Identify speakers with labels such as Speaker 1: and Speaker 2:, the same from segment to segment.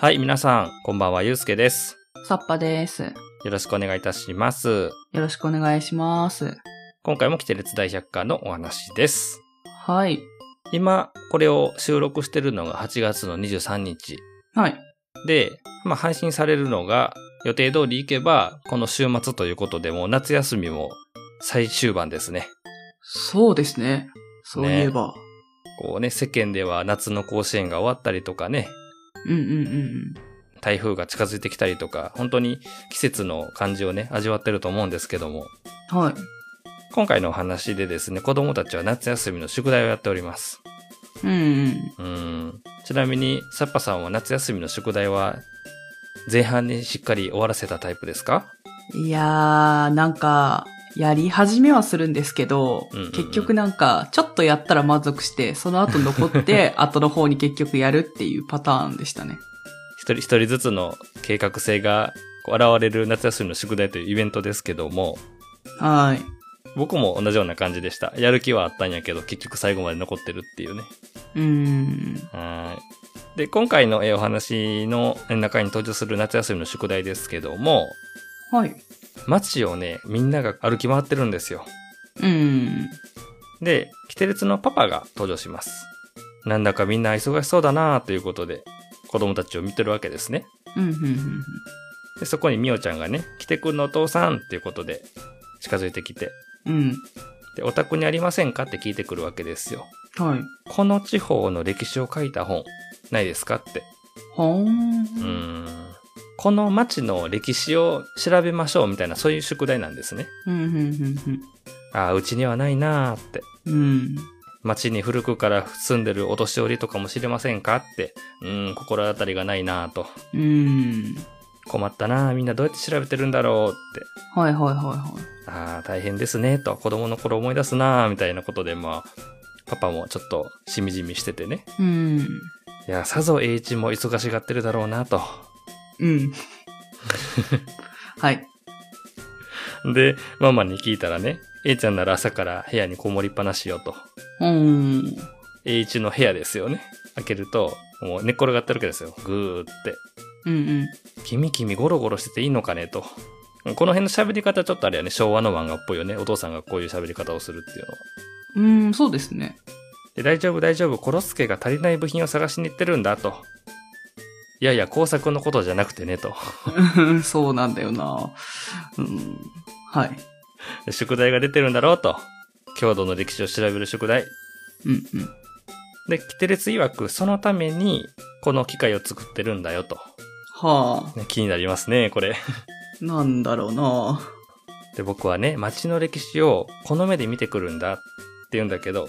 Speaker 1: はい、皆さん、こんばんは、ゆうすけです。
Speaker 2: サッパです。
Speaker 1: よろしくお願いいたします。
Speaker 2: よろしくお願いします。
Speaker 1: 今回も来て列大百科のお話です。
Speaker 2: はい。
Speaker 1: 今、これを収録してるのが8月の23日。
Speaker 2: はい。
Speaker 1: で、まあ、配信されるのが予定通り行けば、この週末ということで、もう夏休みも最終盤ですね。
Speaker 2: そうですね。そういえば。
Speaker 1: こうね、世間では夏の甲子園が終わったりとかね、
Speaker 2: うんうんうんうん。
Speaker 1: 台風が近づいてきたりとか、本当に季節の感じをね、味わってると思うんですけども、
Speaker 2: はい。
Speaker 1: 今回のお話でですね、子供たちは夏休みの宿題をやっております。
Speaker 2: うんうん。
Speaker 1: うーん。ちなみに、サッパさんは夏休みの宿題は、前半にしっかり終わらせたタイプですか
Speaker 2: いやー、なんか、やり始めはするんですけど、
Speaker 1: うんうんうん
Speaker 2: 結局なんか、ちょっとやったら満足して、その後残 って、後の方に結局やるっていうパターンでしたね。
Speaker 1: 一人一人ずつの計画性がこう現れる夏休みの宿題というイベントですけども、
Speaker 2: はい。
Speaker 1: 僕も同じような感じでした。やる気はあったんやけど、結局最後まで残ってるっていうね。
Speaker 2: うん。
Speaker 1: はい。で、今回のえーお話の中に登場する夏休みの宿題ですけども、
Speaker 2: はい。
Speaker 1: 街をね、みんなが歩き回ってるんですよ。
Speaker 2: うん。
Speaker 1: で、キテレツのパパが登場します。なんだかみんな忙しそうだなあということで、子供たちを見てるわけですね。
Speaker 2: うんうんうん
Speaker 1: で、そこにミオちゃんがね、キテくんのお父さんっていうことで、近づいてきて、
Speaker 2: うん。
Speaker 1: で、お宅にありませんかって聞いてくるわけですよ。
Speaker 2: うん。はい。
Speaker 1: この地方の歴史を書いた本、ないですかって。
Speaker 2: ほー
Speaker 1: うー
Speaker 2: ん。
Speaker 1: ん。この町の歴史を調べましょうみたいな、そういう宿題なんですね。
Speaker 2: うんうんうん
Speaker 1: ああ、うちにはないなあって。
Speaker 2: うん。うん。
Speaker 1: 町に古くから住んでるお年寄りとかも知れませんかって、うーん、心当たりがないなぁと。
Speaker 2: うん。
Speaker 1: 困ったなぁ、みんなどうやって調べてるんだろうって。
Speaker 2: はいはいはいはい。
Speaker 1: ああ、大変ですね、と。子供の頃思い出すなぁ、みたいなことで、まあ、パパもちょっとしみじみしててね。
Speaker 2: うん。
Speaker 1: いや、さぞ栄一も忙しがってるだろうなと。
Speaker 2: うん。はい。
Speaker 1: で、ママに聞いたらね、栄ちゃんなら朝から部屋にこもりっぱなしよと。
Speaker 2: うん。
Speaker 1: 栄一の部屋ですよね。開けると、もう寝っ転がってるわけですよ。ぐーって。
Speaker 2: うん
Speaker 1: 君君ゴロゴロしてていいのかねと。この辺の喋り方ちょっとあれやね、昭和の漫画っぽいよね。お父さんがこういう喋り方をするっていうのは。
Speaker 2: うん。うん、そうですね。
Speaker 1: で、大丈夫大丈夫、コロスケが足りない部品を探しに行ってるんだと。いやいや、工作のことじゃなくてねと。
Speaker 2: うんそうなんだよな。うん。はい。
Speaker 1: で宿題が出てるんだろうと。郷土の歴史を調べる宿題。
Speaker 2: うん
Speaker 1: で、キテレツ曰く、そのために、この機械を作ってるんだよと。
Speaker 2: うん。は
Speaker 1: ね気になりますね、これ。
Speaker 2: あ。なんだろうな。
Speaker 1: で、僕はね、街の歴史をこの目で見てくるんだって言うんだけど、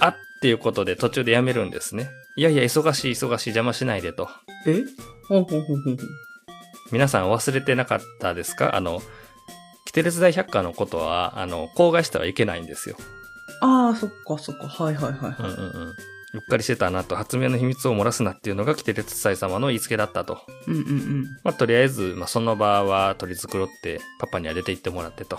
Speaker 1: あっていうことで途中でやめるんですね。いやいや、忙しい忙しい邪魔しないでと。
Speaker 2: えほうほうほうほうほう。
Speaker 1: 皆さん忘れてなかったですかあの、キテレツ大百科のことは、あの、口外してはいけないんですよ。
Speaker 2: ああ、そっかそっか。はいはいはい
Speaker 1: うんうん
Speaker 2: は
Speaker 1: うん。うっかりしてたなと、発明の秘密を漏らすなっていうのがキテレツ祭様の言いつけだったと。
Speaker 2: い。うんうん
Speaker 1: まあ、とりあえず、まあ、その場は取り繕って、パパには出て行ってもらってと。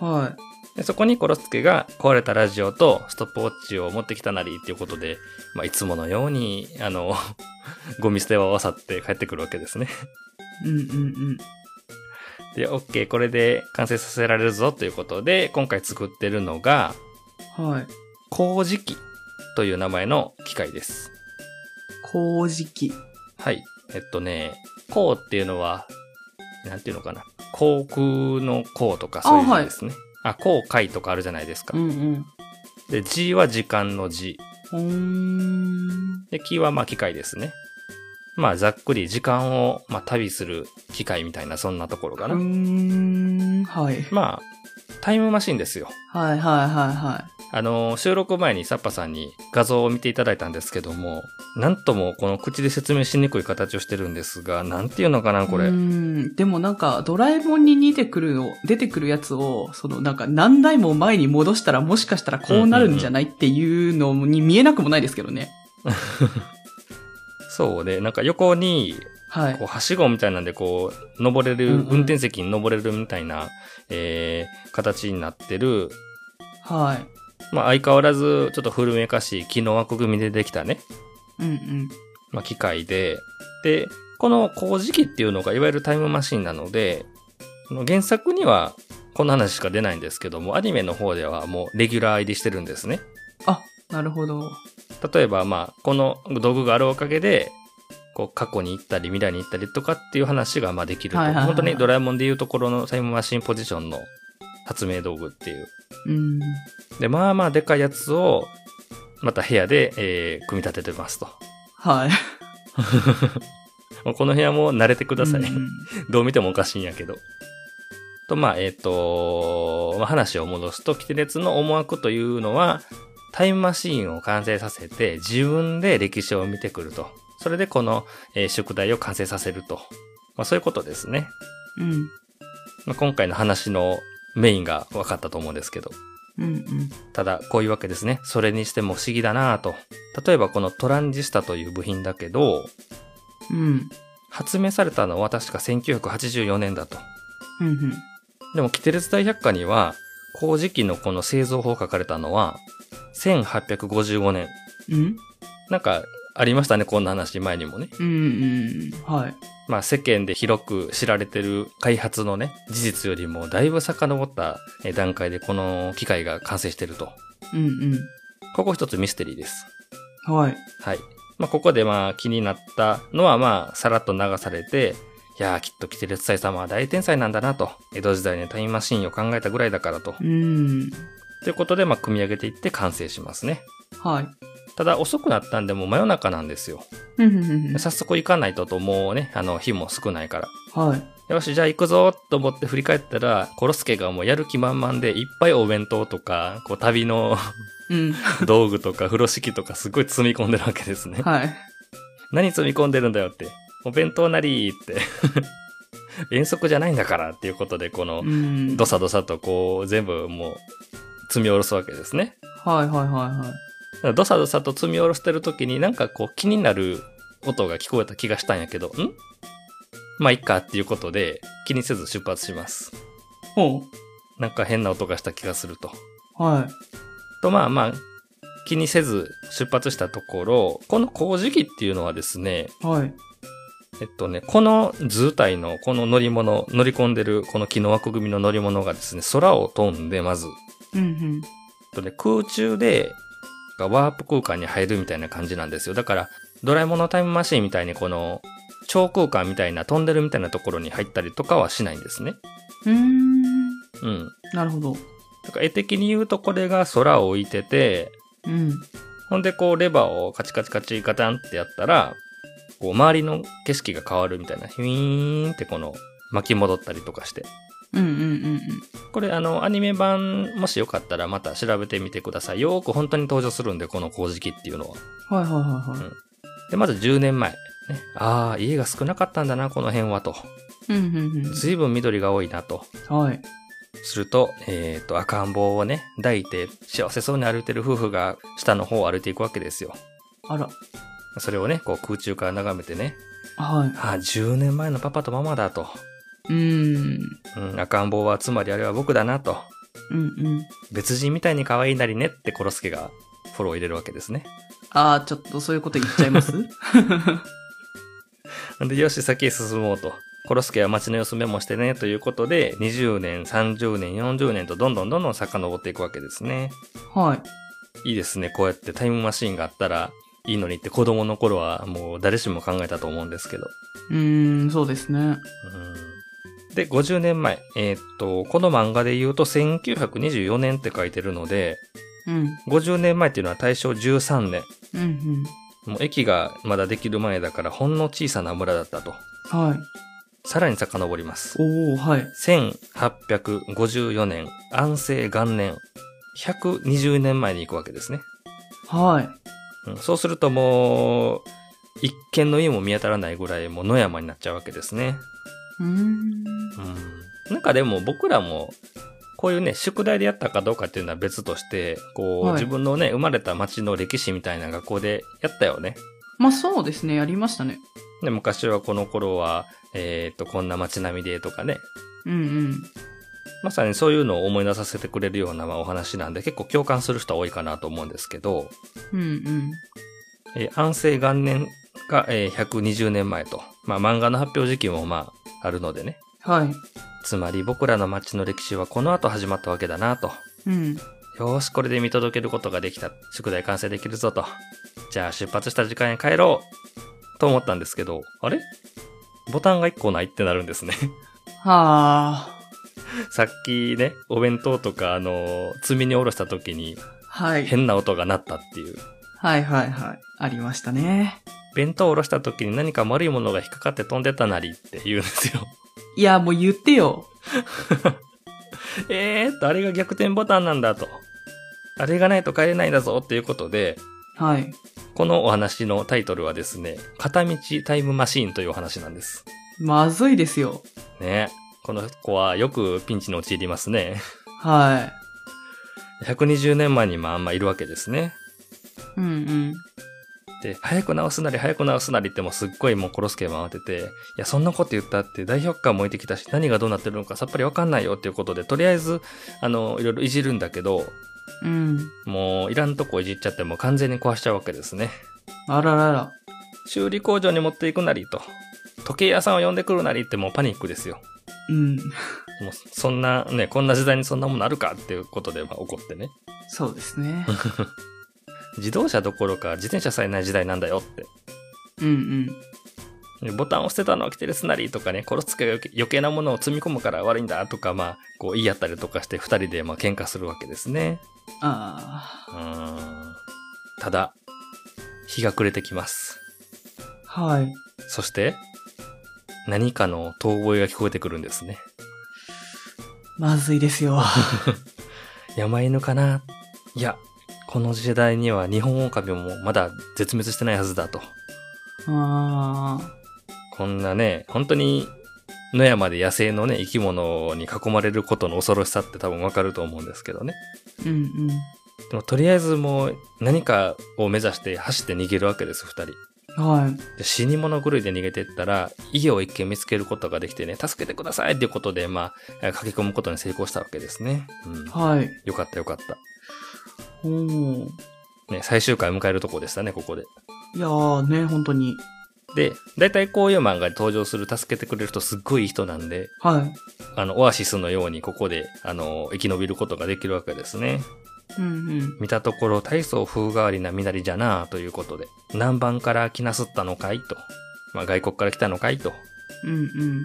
Speaker 2: うん。は
Speaker 1: でそこにコロスケが壊れたラジオとストップウォッチを持ってきたなりっていうことで、まあ、いつものように、あの、 ゴミ捨ては合わさって帰ってくるわけですね。
Speaker 2: い。うんうん
Speaker 1: で、OK、これで完成させられるぞということで、今回作ってるのが、
Speaker 2: うん。はい。
Speaker 1: 工事機という名前の機械です。
Speaker 2: 工事機。
Speaker 1: はい。えっとね、工っていうのは、なんていうのかな。航空の工とかそういう字ですね。あ、航海とかあるじゃないですか
Speaker 2: う。んうん。
Speaker 1: で、G は時間の G。
Speaker 2: ほーん。
Speaker 1: で、キーはまあ機械ですね。まあざっくり時間をまあ旅する機械みたいなそんなところか
Speaker 2: う
Speaker 1: な。
Speaker 2: ーん。はい。
Speaker 1: まあタイムマシンですよ。
Speaker 2: はいはいはいはい。
Speaker 1: あのー、収録前にサッパさんに画像を見ていただいたんですけども、なんともこの口で説明しにくい形をしてるんですが、なんていうのかな、これ。う
Speaker 2: う
Speaker 1: ん
Speaker 2: ん。でもなんか、ドラえもんに似てくるの、出てくるやつを、そのなんか何台も前に戻したらもしかしたらこうなるんじゃないっていうのに見えなくもないですけどね。
Speaker 1: そうね、なんか横に、
Speaker 2: は
Speaker 1: こう、
Speaker 2: い。
Speaker 1: はしごみたいなんで、こう、登れる、
Speaker 2: うんうん
Speaker 1: 運転席に登れるみたいな、えー、形になってる、
Speaker 2: は
Speaker 1: まあ相変わらずちょっと古めかしい木の枠組みでできたね、
Speaker 2: い。うん
Speaker 1: まあ、機械で、で、この古事記っていうのがいわゆるタイムマシンなので、その原作にはこの話しか出ないんですけども、アニメの方ではもうレギュラー入りしてるんですね。
Speaker 2: あ、なるほど。
Speaker 1: 例えばまあ、この道具があるおかげで、こう過去に行ったり未来に行ったりとかっていう話がまあできると。
Speaker 2: はいはいはい
Speaker 1: 本当にドラえもんでいうところのタイムマシンポジションの発明道具っていう。
Speaker 2: うん。
Speaker 1: で、まあまあでかいやつを、また部屋で、えー組み立ててますと。
Speaker 2: はい。
Speaker 1: まあこの部屋も慣れてください。
Speaker 2: うん
Speaker 1: どう見てもおかしいんやけど。と、まあ、えっ、と、まあ話を戻すと、キテレツの思惑というのは、タイムマシーンを完成させて、自分で歴史を見てくると。それでこの、えー宿題を完成させると。まあ、そういうことですね。
Speaker 2: うん。
Speaker 1: まあ、今回の話のメインが分かったと思うんですけど。
Speaker 2: うん。うん。
Speaker 1: ただ、こういうわけですね。それにしても不思議だなぁと。例えばこのトランジスタという部品だけど、
Speaker 2: うん。
Speaker 1: 発明されたのは確か1984年だと。
Speaker 2: うん。うん。
Speaker 1: でも、キテレツ大百科には、工事機のこの製造法を書かれたのは、1855年。
Speaker 2: うん。
Speaker 1: なんか、ありましたね、こんな話、前にもね。
Speaker 2: うん。うん。はい。
Speaker 1: まあ、世間で広く知られてる開発のね、事実よりもだいぶ遡ったえ段階でこの機械が完成してると。
Speaker 2: うん。
Speaker 1: ここ一つミステリーです。
Speaker 2: うん。はい。
Speaker 1: はい。まあ、ここでまあ気になったのはまあさらっと流されて、いやーきっとキテレツ祭様は大天才なんだなと。江戸時代にタイムマシーンを考えたぐらいだからと。
Speaker 2: うん。
Speaker 1: ということでまあ組み上げていって完成しますね。
Speaker 2: はい。
Speaker 1: ただ遅くなったんでもう真夜中なんですよ。
Speaker 2: うん。うんうん。うん
Speaker 1: 早速行かないとともうね、あの日も少ないから。
Speaker 2: はい。
Speaker 1: よし、じゃあ行くぞと思って振り返ったら、コロスケがもうやる気満々でいっぱいお弁当とか、こう旅の
Speaker 2: うん。
Speaker 1: 道具とか風呂敷とかすごい積み込んでるわけですね。
Speaker 2: はい。
Speaker 1: 何積み込んでるんだよって。お弁当なりーって。 遠足じゃないんだからっていうことで、この
Speaker 2: う、ん。
Speaker 1: どさどさとこう、全部もう、積み下ろすわけですね。
Speaker 2: はいはいはいはい。
Speaker 1: だからどさどさと積み下ろしてる時になんかこう、気になる音が聞こえた気がしたんやけど、んまあ、いっかっていうことで、気にせず出発します。
Speaker 2: ほ
Speaker 1: なんか変な音がした気がすると。
Speaker 2: う。は
Speaker 1: と、まあまあ、気にせず出発したところ、この工事機っていうのはですね、
Speaker 2: い。はい。
Speaker 1: えっとね、この図体のこの乗り物、乗り込んでるこの木の枠組みの乗り物がですね、空を飛んで、まず、えっ
Speaker 2: うん。
Speaker 1: とね、空中で、ワープ空間に入るみたいな感じなんですよ。だから、ドラえもんのタイムマシンみたいにこの、超空間みたいな飛んでるみたいなところに入ったりとかはしないんですね。
Speaker 2: うん。うーん。
Speaker 1: うん。
Speaker 2: なるほど。
Speaker 1: だから絵的に言うとこれが空を置いてて、
Speaker 2: うん。
Speaker 1: ほんでこうレバーをカチカチカチガタンってやったら、こう周りの景色が変わるみたいな、ヒュイーンってこの巻き戻ったりとかして。
Speaker 2: うんうんうん
Speaker 1: これあのアニメ版もしよかったらまた調べてみてください。よーく本当に登場するんで、この工事機っていうのは。
Speaker 2: うん。はいはいはいは
Speaker 1: で、まず10年前。ね、ああ、家が少なかったんだな、この辺はと。
Speaker 2: い。うんうん
Speaker 1: 随分緑が多いなと。
Speaker 2: うん。はい。
Speaker 1: すると、えっ、と、赤ん坊をね、抱いて幸せそうに歩いてる夫婦が下の方を歩いていくわけですよ。
Speaker 2: あら。
Speaker 1: それをね、こう空中から眺めてね、
Speaker 2: はい。
Speaker 1: ああ、10年前のパパとママだと。
Speaker 2: うーん。
Speaker 1: うん、赤ん坊はつまりあれは僕だなと。
Speaker 2: うんうん。
Speaker 1: 別人みたいに可愛いなりねってコロスケがフォローを入れるわけですね。
Speaker 2: ああ、ちょっとそういうこと言っちゃいます
Speaker 1: で、よし、先へ進もうと。コロスケは街の様子メモしてね、ということで、20年、30年、40年とどんどんどんどん遡っていくわけですね。
Speaker 2: はい。
Speaker 1: いいですね。こうやってタイムマシーンがあったらいいのにって子供の頃はもう誰しも考えたと思うんですけど。
Speaker 2: うーん、そうですね。
Speaker 1: うんで、50年前。えーっと、この漫画で言うと1924年って書いてるので、
Speaker 2: うん。
Speaker 1: 50年前っていうのは大正13年。
Speaker 2: うんうん。
Speaker 1: もう駅がまだできる前だからほんの小さな村だったと。
Speaker 2: はい。
Speaker 1: さらに遡ります。
Speaker 2: おおはい。
Speaker 1: 1854年、安政元年、120年前に行くわけですね。
Speaker 2: は
Speaker 1: うんそうするともう、一見の家も見当たらないぐらいもう野山になっちゃうわけですね。
Speaker 2: い。うーん。
Speaker 1: うん。なんかでも僕らも、こういうね、宿題でやったかどうかっていうのは別として、こう、
Speaker 2: はい
Speaker 1: 自分のね、生まれた町の歴史みたいな学校でやったよね。
Speaker 2: まあそうですね、やりましたね。
Speaker 1: で、昔はこの頃は、えーっと、こんな町並みでとかね、
Speaker 2: うんうん。
Speaker 1: まさにそういうのを思い出させてくれるようなまあお話なんで結構共感する人は多いかなと思うんですけど、
Speaker 2: うんうん。
Speaker 1: えー安政元年が、えー120年前と。まあ漫画の発表時期もまああるのでね。
Speaker 2: はい。
Speaker 1: つまり僕らの街の歴史はこの後始まったわけだなと。
Speaker 2: うん。
Speaker 1: よーし、これで見届けることができた。宿題完成できるぞと。じゃあ出発した時間へ帰ろうと思ったんですけど、あれボタンが1個ないってなるんですね。
Speaker 2: はあ。
Speaker 1: さっきね、お弁当とか、あのー、積みにおろした時に
Speaker 2: はい。
Speaker 1: 変な音が鳴ったっていう。
Speaker 2: はいはいはい。ありましたね。
Speaker 1: 弁当をおろした時に何か丸いものが引っかかって飛んでたなりって言うんですよ。
Speaker 2: いや、もう言ってよ。
Speaker 1: えーっと、あれが逆転ボタンなんだと。あれがないと帰れないんだぞっていうことで、
Speaker 2: はい。
Speaker 1: このお話のタイトルはですね、片道タイムマシーンというお話なんです。
Speaker 2: まずいですよ。
Speaker 1: ね。この子はよくピンチに陥りますね。
Speaker 2: は
Speaker 1: 120年前にまああんまいるわけですね。
Speaker 2: い。うんうん。
Speaker 1: で、早く直すなり早く直すなりってもうすっごいもうコロスケが慌てて、いや、そんなこと言ったって代表感も置いてきたし、何がどうなってるのかさっぱりわかんないよっていうことで、とりあえず、あの、いろいろいじるんだけど、
Speaker 2: うん。
Speaker 1: もういらんとこいじっちゃってもう完全に壊しちゃうわけですね。
Speaker 2: あららら。
Speaker 1: 修理工場に持っていくなりと、時計屋さんを呼んでくるなりってもうパニックですよ。
Speaker 2: うん。
Speaker 1: もうそんなね、こんな時代にそんなものあるかっていうことでまあ怒ってね。
Speaker 2: そうです ね。
Speaker 1: 自動車どころか自転車さえない時代なんだよって。
Speaker 2: うんう
Speaker 1: で
Speaker 2: ん。
Speaker 1: ボタンを捨てたのはキテレスなりとかね、コロツケが余計余計なものを積み込むから悪いんだとか、まあ、こう言い合ったりとかして二人でまあ喧嘩するわけですね。
Speaker 2: あ
Speaker 1: うーん。ただ、日が暮れてきます。
Speaker 2: あ。はい。
Speaker 1: そして、何かの遠吠えが聞こえてくるんですね。
Speaker 2: まずいですよ。
Speaker 1: 山犬かないや、この時代には日本狼もまだ絶滅してないはずだと。
Speaker 2: ああ。
Speaker 1: こんなね、本当に野山で野生のね、生き物に囲まれることの恐ろしさって多分わかると思うんですけどね。
Speaker 2: うんうん。
Speaker 1: でもとりあえずもう何かを目指して走って逃げるわけです、二人。
Speaker 2: はい。
Speaker 1: で死に物狂いで逃げてったら、家を一見見つけることができてね、助けてくださいっていうことで、まあ、え駆け込むことに成功したわけですね。うん。
Speaker 2: はい。
Speaker 1: よかったよかった。
Speaker 2: おー。
Speaker 1: ね、最終回迎えるとこでしたね、ここで。
Speaker 2: いやーね、本当に。
Speaker 1: で、大体こういう漫画に登場する助けてくれる人すっごいいい人なんで、
Speaker 2: は
Speaker 1: あの、オアシスのようにここで、あの、生き延びることができるわけですね。
Speaker 2: い。うんうん。
Speaker 1: 見たところ、大層風変わりな身なりじゃなあということで、南蛮から来なすったのかいと。まあ、外国から来たのかいと。
Speaker 2: うんうん。
Speaker 1: うん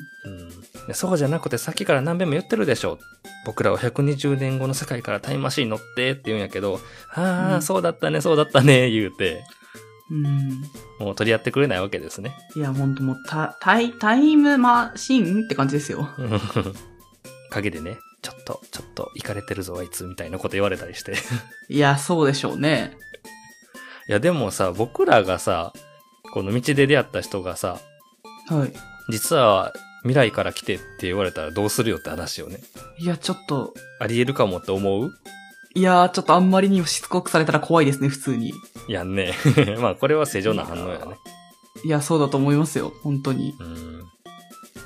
Speaker 1: で、そうじゃなくてさっきから何遍も言ってるでしょ。僕らは120年後の世界からタイムマシーン乗ってって言うんやけど、ああ、
Speaker 2: うん
Speaker 1: そうだったね、そうだったね、言うて、
Speaker 2: うん。
Speaker 1: もう取り合ってくれないわけですね。
Speaker 2: いや、ほんともう、た、タイ、タイムマシンって感じですよ。
Speaker 1: うん陰でね、ちょっと、ちょっと、行かれてるぞ、あいつ、みたいなこと言われたりして。い
Speaker 2: いや、そうでしょうね。
Speaker 1: や、でもさ、僕らがさ、この道で出会った人がさ、
Speaker 2: は
Speaker 1: 実は未来から来てって言われたらどうするよって話よね。
Speaker 2: い。いや、ちょっと、
Speaker 1: ありえるかもって思う
Speaker 2: いやー、ちょっとあんまりにもしつこくされたら怖いですね、普通に。
Speaker 1: やんね。 まあ、これは正常な反応やね。
Speaker 2: いや、そうだと思いますよ、本当に。
Speaker 1: うん。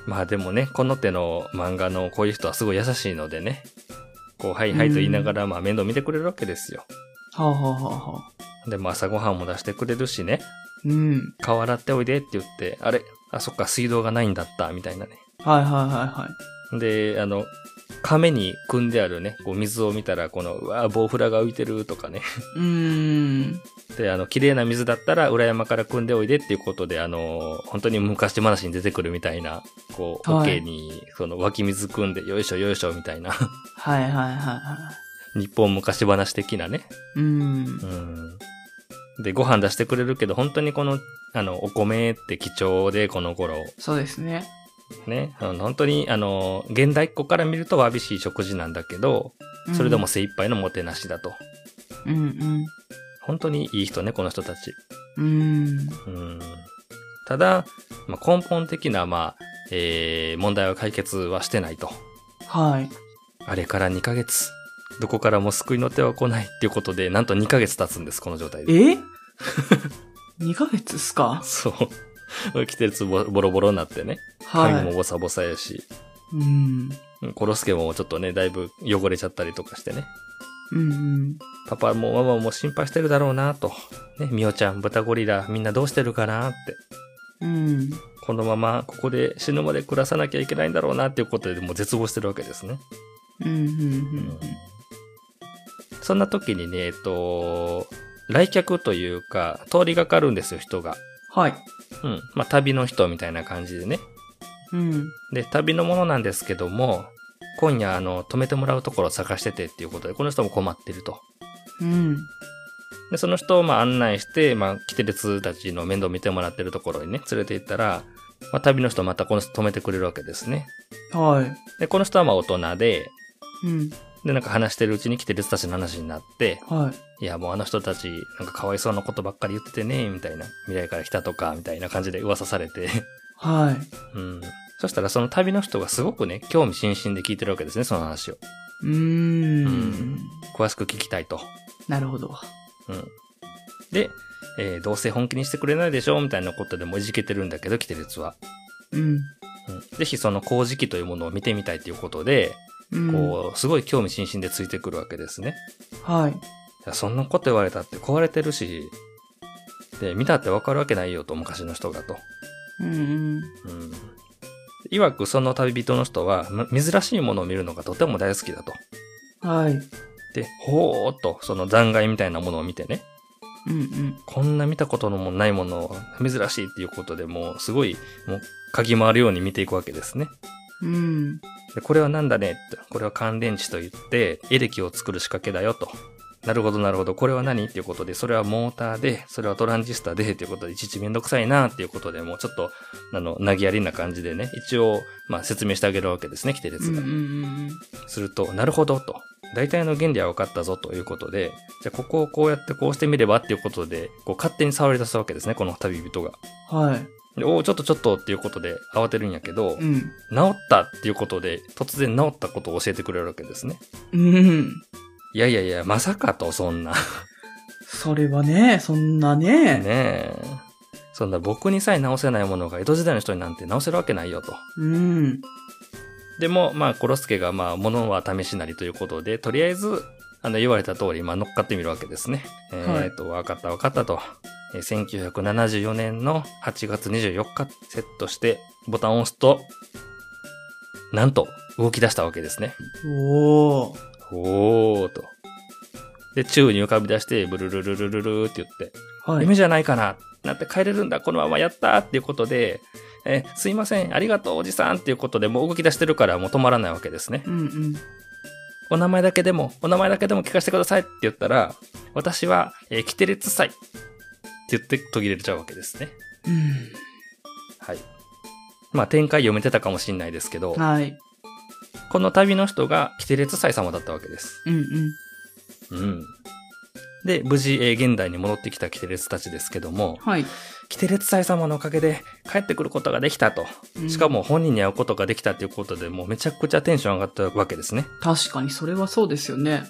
Speaker 1: まあでもね、この手の漫画のこういう人はすごい優しいのでね。こう、はいはいと言いながら、まあ面倒見てくれるわけですよ。
Speaker 2: はあ、はあはあはあ、
Speaker 1: でも朝ごはんも出してくれるしね、
Speaker 2: うん。
Speaker 1: 顔洗っておいでって言って、あれあ、そっか、水道がないんだった、みたいなね。
Speaker 2: はいはいはいはい。
Speaker 1: で、あの、亀に汲んであるね、こう水を見たら、この、うわー、棒フラが浮いてるとかね。
Speaker 2: うーん。
Speaker 1: で、あの、綺麗な水だったら、裏山から汲んでおいでっていうことで、あの、本当に昔話に出てくるみたいな、こう、
Speaker 2: はい
Speaker 1: 桶に、その湧き水汲んで、よいしょよいしょみたいな、
Speaker 2: はいはいはいは
Speaker 1: 日本昔話的なね。
Speaker 2: い。うん
Speaker 1: う。ん。で、ご飯出してくれるけど、本当にこの、あの、お米って貴重で、この頃、
Speaker 2: そうですね。
Speaker 1: ね。あの本当に、あの、現代っ子から見るとわびしい食事なんだけど、
Speaker 2: うん
Speaker 1: それでも。精一杯のもてなしだと。
Speaker 2: うん
Speaker 1: 本当にいい人ね、この人たち。
Speaker 2: うん。うん。
Speaker 1: うんただ、まあ、根本的な、まあえー問題は解決はしてないと。
Speaker 2: はい。
Speaker 1: あれから2ヶ月。どこからも救いの手は来ないっていうことで、なんと2ヶ月経つんです、この状態で。
Speaker 2: え ?2 ヶ月っすか
Speaker 1: そう。 来てるつボボロボロになってね。髪
Speaker 2: は
Speaker 1: もボサボサやし、
Speaker 2: い。うん。
Speaker 1: うんコロスケもちょっとね、だいぶ汚れちゃったりとかしてね。
Speaker 2: うんうん。
Speaker 1: パパもママも心配してるだろうなと。ね、みおちゃん、豚ゴリラ、みんなどうしてるかなって。
Speaker 2: うん。
Speaker 1: このままここで死ぬまで暮らさなきゃいけないんだろうなっていうことでもう絶望してるわけですね。
Speaker 2: うんうん
Speaker 1: そんな時にね、えっと、来客というか、通りがかるんですよ、人が。
Speaker 2: はい。
Speaker 1: うん。まあ、旅の人みたいな感じでね。
Speaker 2: うん。
Speaker 1: で、旅のものなんですけども、今夜、あの、泊めてもらうところを探しててっていうことで、この人も困ってると。
Speaker 2: うん。
Speaker 1: で、その人をまあ案内して、まあ、来てる人たちの面倒見てもらってるところにね、連れて行ったら、まあ、旅の人またこの人泊めてくれるわけですね。
Speaker 2: は
Speaker 1: で、この人はまあ大人で、
Speaker 2: い。うん。
Speaker 1: で、なんか話してるうちに来てる人たちの話になって、
Speaker 2: はい。
Speaker 1: いや、もうあの人たち、なんかかわいそうなことばっかり言っててね、みたいな。未来から来たとか、みたいな感じで噂されて。
Speaker 2: はい。
Speaker 1: うん。そしたらその旅の人がすごくね、興味津々で聞いてるわけですね、その話を。
Speaker 2: うー
Speaker 1: うん
Speaker 2: ん。
Speaker 1: 詳しく聞きたいと。
Speaker 2: なるほど。
Speaker 1: うん。で、えーどうせ本気にしてくれないでしょみたいなことでもいじけてるんだけど、キテレツは。
Speaker 2: うん。
Speaker 1: うん。ぜひその工事機というものを見てみたいということで、
Speaker 2: うん、
Speaker 1: こう、すごい興味津々でついてくるわけですね。
Speaker 2: はい。
Speaker 1: いやそんなこと言われたって壊れてるし、で、見たってわかるわけないよと、昔の人がと。
Speaker 2: うん
Speaker 1: うん。いわくその旅人の人は、ま珍しいものを見るのがとても大好きだと。
Speaker 2: うん。はい。うん
Speaker 1: で、ほーっと、その残骸みたいなものを見てね、
Speaker 2: うん。
Speaker 1: こんな見たことのもないものを珍しいっていうことでもう、すごい、もう、嗅ぎ回るように見ていくわけですね。
Speaker 2: うん。
Speaker 1: でこれはなんだねって、これは乾電池と言って、エレキを作る仕掛けだよと。なるほど、なるほど。これは何っていうことで、それはモーターで、それはトランジスタで、ということで、いちいちめんどくさいな、っていうことで、もうちょっと、あの、投げやりな感じでね、一応、まあ、説明してあげるわけですね、規定
Speaker 2: う
Speaker 1: 列
Speaker 2: んう
Speaker 1: が。
Speaker 2: ん
Speaker 1: すると、なるほど、と。大体の原理は分かったぞ、ということで、じゃあ、ここをこうやってこうしてみれば、っていうことで、こう、勝手に触り出すわけですね、この旅人が。
Speaker 2: うん。はい。
Speaker 1: でおお、ちょっとちょっと、っていうことで、慌てるんやけど、
Speaker 2: うん。
Speaker 1: 治ったっていうことで、突然治ったことを教えてくれるわけですね。
Speaker 2: うん。
Speaker 1: いやいやいや、まさかと、そん な。
Speaker 2: それはね、そんなね。
Speaker 1: ねえ。そんな僕にさえ治せないものが江戸時代の人になんて治せるわけないよと。
Speaker 2: うん。
Speaker 1: でも、まあ、コロスケが、まあ、物は試しなりということで、とりあえず、あの、言われた通り、まあ、乗っかってみるわけですね。
Speaker 2: はい
Speaker 1: えっ、と、わかったわかったと。えー1974年の8月24日、セットして、ボタンを押すと、なんと、動き出したわけですね。
Speaker 2: おー。
Speaker 1: おーと。で、宙に浮かび出して、ブルルルルルルーって言って、
Speaker 2: はい。
Speaker 1: 夢じゃないかな。なって帰れるんだ。このままやったっていうことで、えーすいません。ありがとう、おじさんっていうことで、もう動き出してるからもう止まらないわけですね。
Speaker 2: うんうん。
Speaker 1: お名前だけでも、お名前だけでも聞かせてくださいって言ったら、私は、えー、キテレツ祭って言って途切れちゃうわけですね。はい。まあ展開読めてたかもしんないですけど
Speaker 2: うん。、はい。
Speaker 1: この旅の人がキテレツ祭様だったわけです。
Speaker 2: うんうん。
Speaker 1: うん。で、無事、えー現代に戻ってきたキテレツたちですけども、
Speaker 2: はい。
Speaker 1: キテレツ祭様のおかげで帰ってくることができたと。
Speaker 2: うん
Speaker 1: しか。も本人に会うことができたということで、もうめちゃくちゃテンション上がったわけですね。
Speaker 2: 確かに、それはそうですよね。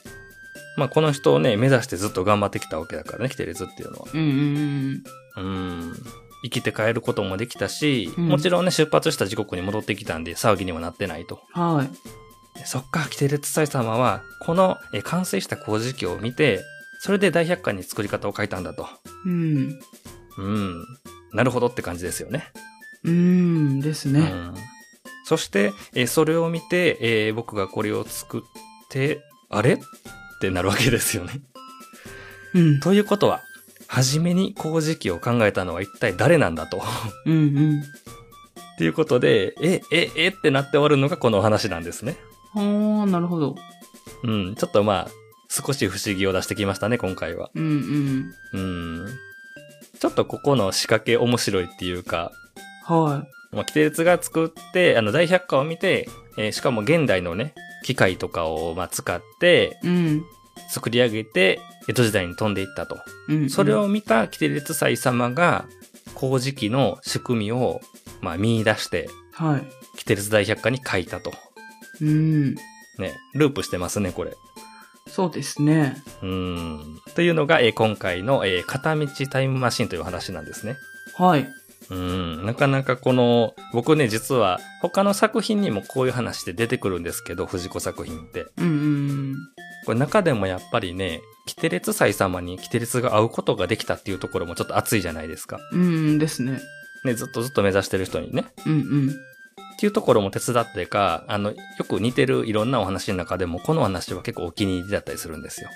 Speaker 1: まあこの人をね、目指してずっと頑張ってきたわけだからね、キテレツっていうのは。
Speaker 2: うんうん
Speaker 1: うん。生きて帰ることもできたし、
Speaker 2: うん
Speaker 1: もちろんね、出発した時刻に戻ってきたんで騒ぎにはなってないと。
Speaker 2: うん。はい。
Speaker 1: でそっか、キテレツ祭様は、このえ完成した工事機を見て、それで大百科に作り方を書いたんだと。
Speaker 2: うん。
Speaker 1: うん。なるほどって感じですよね。
Speaker 2: うんですね。
Speaker 1: うんそして、えーそれを見て、えー僕がこれを作って、あれってなるわけですよね。
Speaker 2: うん。
Speaker 1: ということは、初めに工事機を考えたのは一体誰なんだと。
Speaker 2: うんうん。
Speaker 1: ということで、え、え、えってなって終わるのがこのお話なんですね。
Speaker 2: ああ、なるほど。
Speaker 1: うん、ちょっとまあ、少し不思議を出してきましたね、今回は。
Speaker 2: うんうん。
Speaker 1: うん。ちょっとここの仕掛け面白いっていうか、
Speaker 2: は
Speaker 1: まあ、キテレツが作って、あの、大百科を見て、えーしかも現代のね、機械とかを、まあ、使って、
Speaker 2: い。うん。
Speaker 1: 作り上げて江戸時代に飛んでいったと。
Speaker 2: うん。
Speaker 1: それを見たキテレツ祭様が工事機の仕組みを、まあ、見出して
Speaker 2: はい。
Speaker 1: キテレツ大百科に書いたと。
Speaker 2: うん。
Speaker 1: ね、ループしてますね、これ。
Speaker 2: そうですね。
Speaker 1: うーん。というのが、えー今回の、えー片道タイムマシンという話なんですね。
Speaker 2: はい。
Speaker 1: うーん。なかなかこの、僕ね、実は他の作品にもこういう話で出てくるんですけど、藤子作品って。
Speaker 2: うんうん。
Speaker 1: これ中でもやっぱりね、キテレツ祭様にキテレツが会うことができたっていうところもちょっと熱いじゃないですか。
Speaker 2: うんですね。
Speaker 1: ね、ずっとずっと目指してる人にね。
Speaker 2: うんうん。
Speaker 1: っていうところも手伝ってか、あの、よく似てるいろんなお話の中でも、このお話は結構お気に入りだったりするんですよ。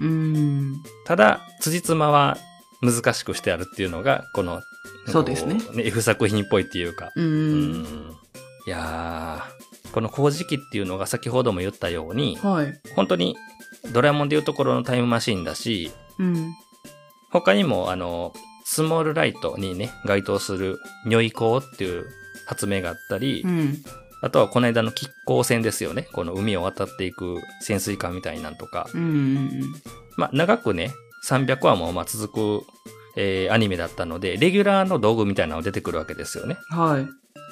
Speaker 2: うん。
Speaker 1: ただ、辻褄は難しくしてあるっていうのが、この、
Speaker 2: そうですね
Speaker 1: こう F 作品っぽいっていうか。
Speaker 2: う。
Speaker 1: うんいやー、この麹期っていうのが先ほども言ったように、
Speaker 2: はい。
Speaker 1: 本当にドラえもんでいうところのタイムマシンだし、
Speaker 2: うん。
Speaker 1: 他にもあの、スモールライトにね、該当する如意光っていう発明があったり、
Speaker 2: うん。
Speaker 1: あとはこの間の亀甲船ですよね。この海を渡っていく潜水艦みたいなんとか。
Speaker 2: うんうん。
Speaker 1: まあ、長くね、300話もまあ続く、えーアニメだったので、レギュラーの道具みたいなのが出てくるわけですよね。
Speaker 2: は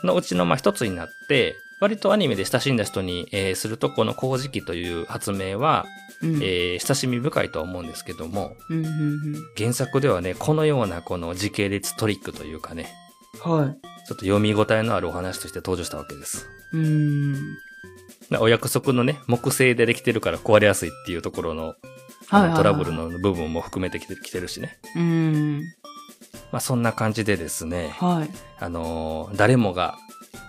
Speaker 2: い。
Speaker 1: のうちのまあ一つになって、割とアニメで親しんだ人に、えーすると、この麹器という発明は、
Speaker 2: うん。
Speaker 1: えー親しみ深いとは思うんですけども、
Speaker 2: うんうん
Speaker 1: 原作ではね、このようなこの時系列トリックというかね、
Speaker 2: うん。はい。
Speaker 1: ちょっと読み応えのあるお話として登場したわけです。
Speaker 2: うん。
Speaker 1: なお約束のね、木製でできてるから壊れやすいっていうところの、あの
Speaker 2: はいはいは
Speaker 1: ト
Speaker 2: い
Speaker 1: ラブルの部分も含めてきてきてるしね。
Speaker 2: うん。
Speaker 1: まあそんな感じでですね、
Speaker 2: はい。
Speaker 1: あのー誰もが、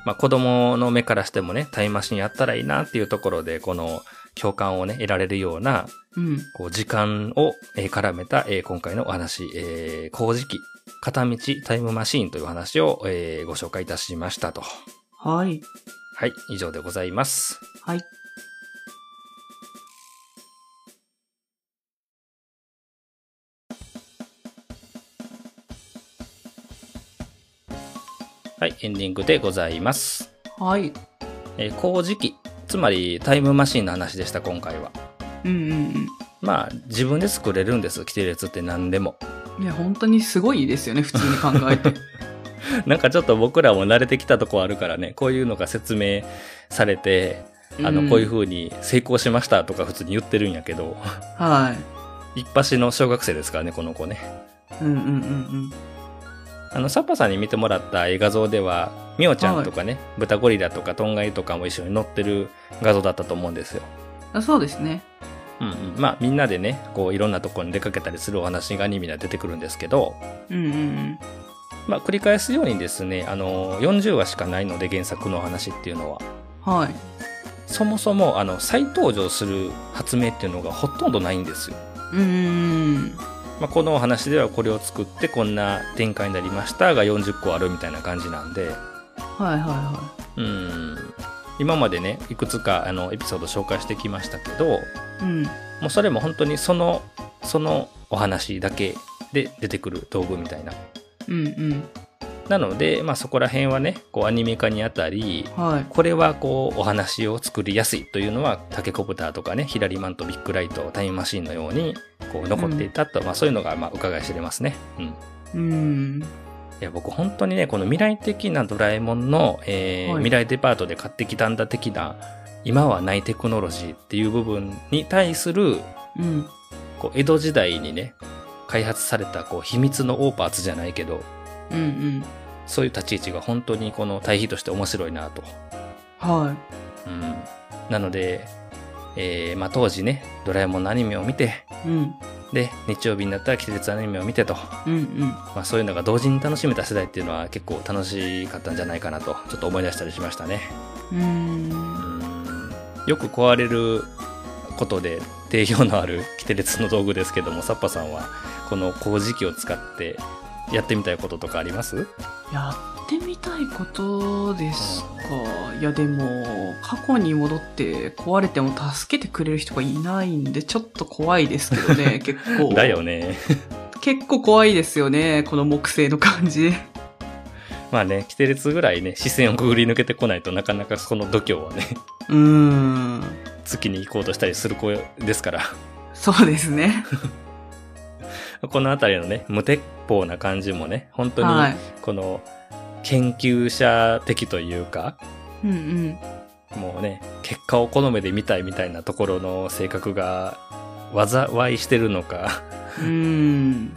Speaker 1: まあ子供の目からしてもね、タイムマシンやったらいいなっていうところで、この共感をね、得られるような、
Speaker 2: うん。
Speaker 1: こう時間を、えー絡めた、えー今回のお話、えー、工事機、片道タイムマシーンという話を、えーご紹介いたしましたと。
Speaker 2: はい。
Speaker 1: はい、以上でございます。
Speaker 2: はい。
Speaker 1: はい、エンディングでございます。
Speaker 2: はい。
Speaker 1: えー、工事機、つまりタイムマシーンの話でした、今回は。
Speaker 2: うんうん
Speaker 1: まあ、自分で作れるんです、規定列って何でも。
Speaker 2: うん。いや、本当にすごいですよね、普通に考 えて。
Speaker 1: なんかちょっと僕らも慣れてきたとこあるからね、こういうのが説明されて、あの、
Speaker 2: ん
Speaker 1: こういう風に成功しましたとか普通に言ってるんやけど、
Speaker 2: はい。
Speaker 1: 一発の小学生ですからね、この子ね。
Speaker 2: うんうんうん
Speaker 1: あの、サッパさんに見てもらった画像では、ミオちゃんとかね、ブタゴリラとかトンガイとかも一緒に乗ってる画像だったと思うんですよ。
Speaker 2: うん。あそうですね。
Speaker 1: うんうん。まあ、みんなでね、こう、いろんなところに出かけたりするお話がアニメには出てくるんですけど、
Speaker 2: うんうん
Speaker 1: まあ、繰り返すようにですね、あの、40話しかないので、原作のお話っていうのは。
Speaker 2: うん。はい。
Speaker 1: そもそも、あの、再登場する発明っていうのがほとんどないんですよ。
Speaker 2: うんうんうん。
Speaker 1: まあ、このお話ではこれを作ってこんな展開になりましたが40個あるみたいな感じなんで、
Speaker 2: はいはいは
Speaker 1: うん、今までね、いくつかあのエピソード紹介してきましたけど、
Speaker 2: い。うん。
Speaker 1: もうそれも本当にその、そのお話だけで出てくる道具みたいな。
Speaker 2: うんうん。
Speaker 1: なので、まあそこら辺はね、こうアニメ化にあたり、
Speaker 2: はい。
Speaker 1: これはこうお話を作りやすいというのはタケコプターとかねヒラリマンとビッグライトタイムマシーンのようにこう残っていたと、まあ、そういうのがまあ伺い知れますね。うん、い
Speaker 2: うん。
Speaker 1: や僕本当にねこの未来的なドラえもんの、えー
Speaker 2: はい
Speaker 1: 未来デパートで買ってきたんだ的な今はないテクノロジーっていう部分に対する
Speaker 2: うん。
Speaker 1: こう江戸時代にね開発されたこう秘密のオーパーツじゃないけど
Speaker 2: うんうん。
Speaker 1: そういう立ち位置が本当にこの対比として面白いなと
Speaker 2: は
Speaker 1: うん、なので、えーまあ、当時ねドラえもんのアニメを見て
Speaker 2: い。うん。
Speaker 1: で日曜日になったら季節アニメを見てと、ま
Speaker 2: うんうん。
Speaker 1: あ、そういうのが同時に楽しめた世代っていうのは結構楽しかったんじゃないかなとちょっと思い出したりしましたね
Speaker 2: うー。
Speaker 1: うんんよく壊れることで定評のあるキテレツの道具ですけどもサッパさんはこの麹器を使ってやってみたいこととかあります
Speaker 2: やってみたいことですか。いや、でも、過去に戻って壊れても助けてくれる人がいないんで、ちょっと怖いですけ どね、結構。
Speaker 1: だよね
Speaker 2: 結構怖いですよね、この木製の感じ。
Speaker 1: まあねキテレツぐらいね視線をくぐり抜けてこないとなかなかその度胸はね
Speaker 2: うーん。
Speaker 1: 月に行こうとしたりする子ですから
Speaker 2: そうですね。
Speaker 1: この辺りのね無鉄砲な感じもね本当
Speaker 2: は
Speaker 1: に
Speaker 2: い。
Speaker 1: この研究者的というか、
Speaker 2: うんうん。
Speaker 1: もうね結果をこの目で見たいみたいなところの性格が災いしてるのか
Speaker 2: うーん。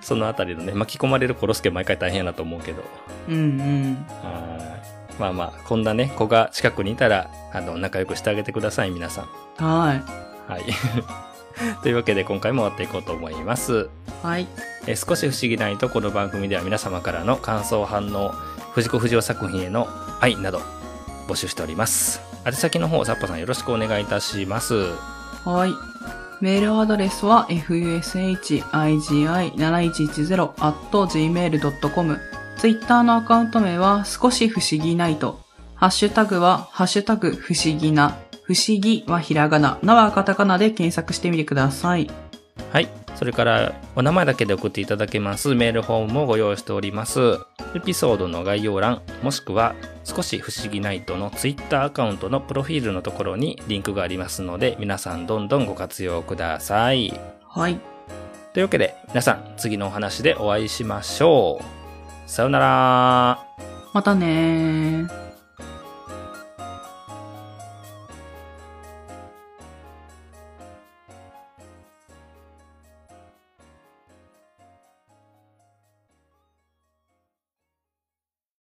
Speaker 1: その辺りのね巻き込まれるコロスケ毎回大変やなと思うけど
Speaker 2: うんうん。
Speaker 1: はいまあまあこんなね子が近くにいたらあの仲良くしてあげてください皆さん。
Speaker 2: は
Speaker 1: はい。というわ けで今回も終わっていこうと思います。
Speaker 2: はい。
Speaker 1: えー少し不思議ないとこの番組では皆様からの感想反応藤子不二雄作品への愛など募集しております宛先の方サッパさんよろしくお願いいたします
Speaker 2: はい。メールアドレスは fushigi7110.gmail.com。ツイッターのアカウント名は少し不思議ないと。ハッシュタグは、ハッシュタグ不思議な。不思議はひらがな。なはカタカナで検索してみてください。
Speaker 1: はいそれからお名前だけで送っていただけますメールフォームもご用意しておりますエピソードの概要欄もしくは少し不思議ナイトのツイッターアカウントのプロフィールのところにリンクがありますので皆さんどんどんご活用ください
Speaker 2: はい。
Speaker 1: というわけで皆さん次のお話でお会いしましょうさようなら
Speaker 2: またねー。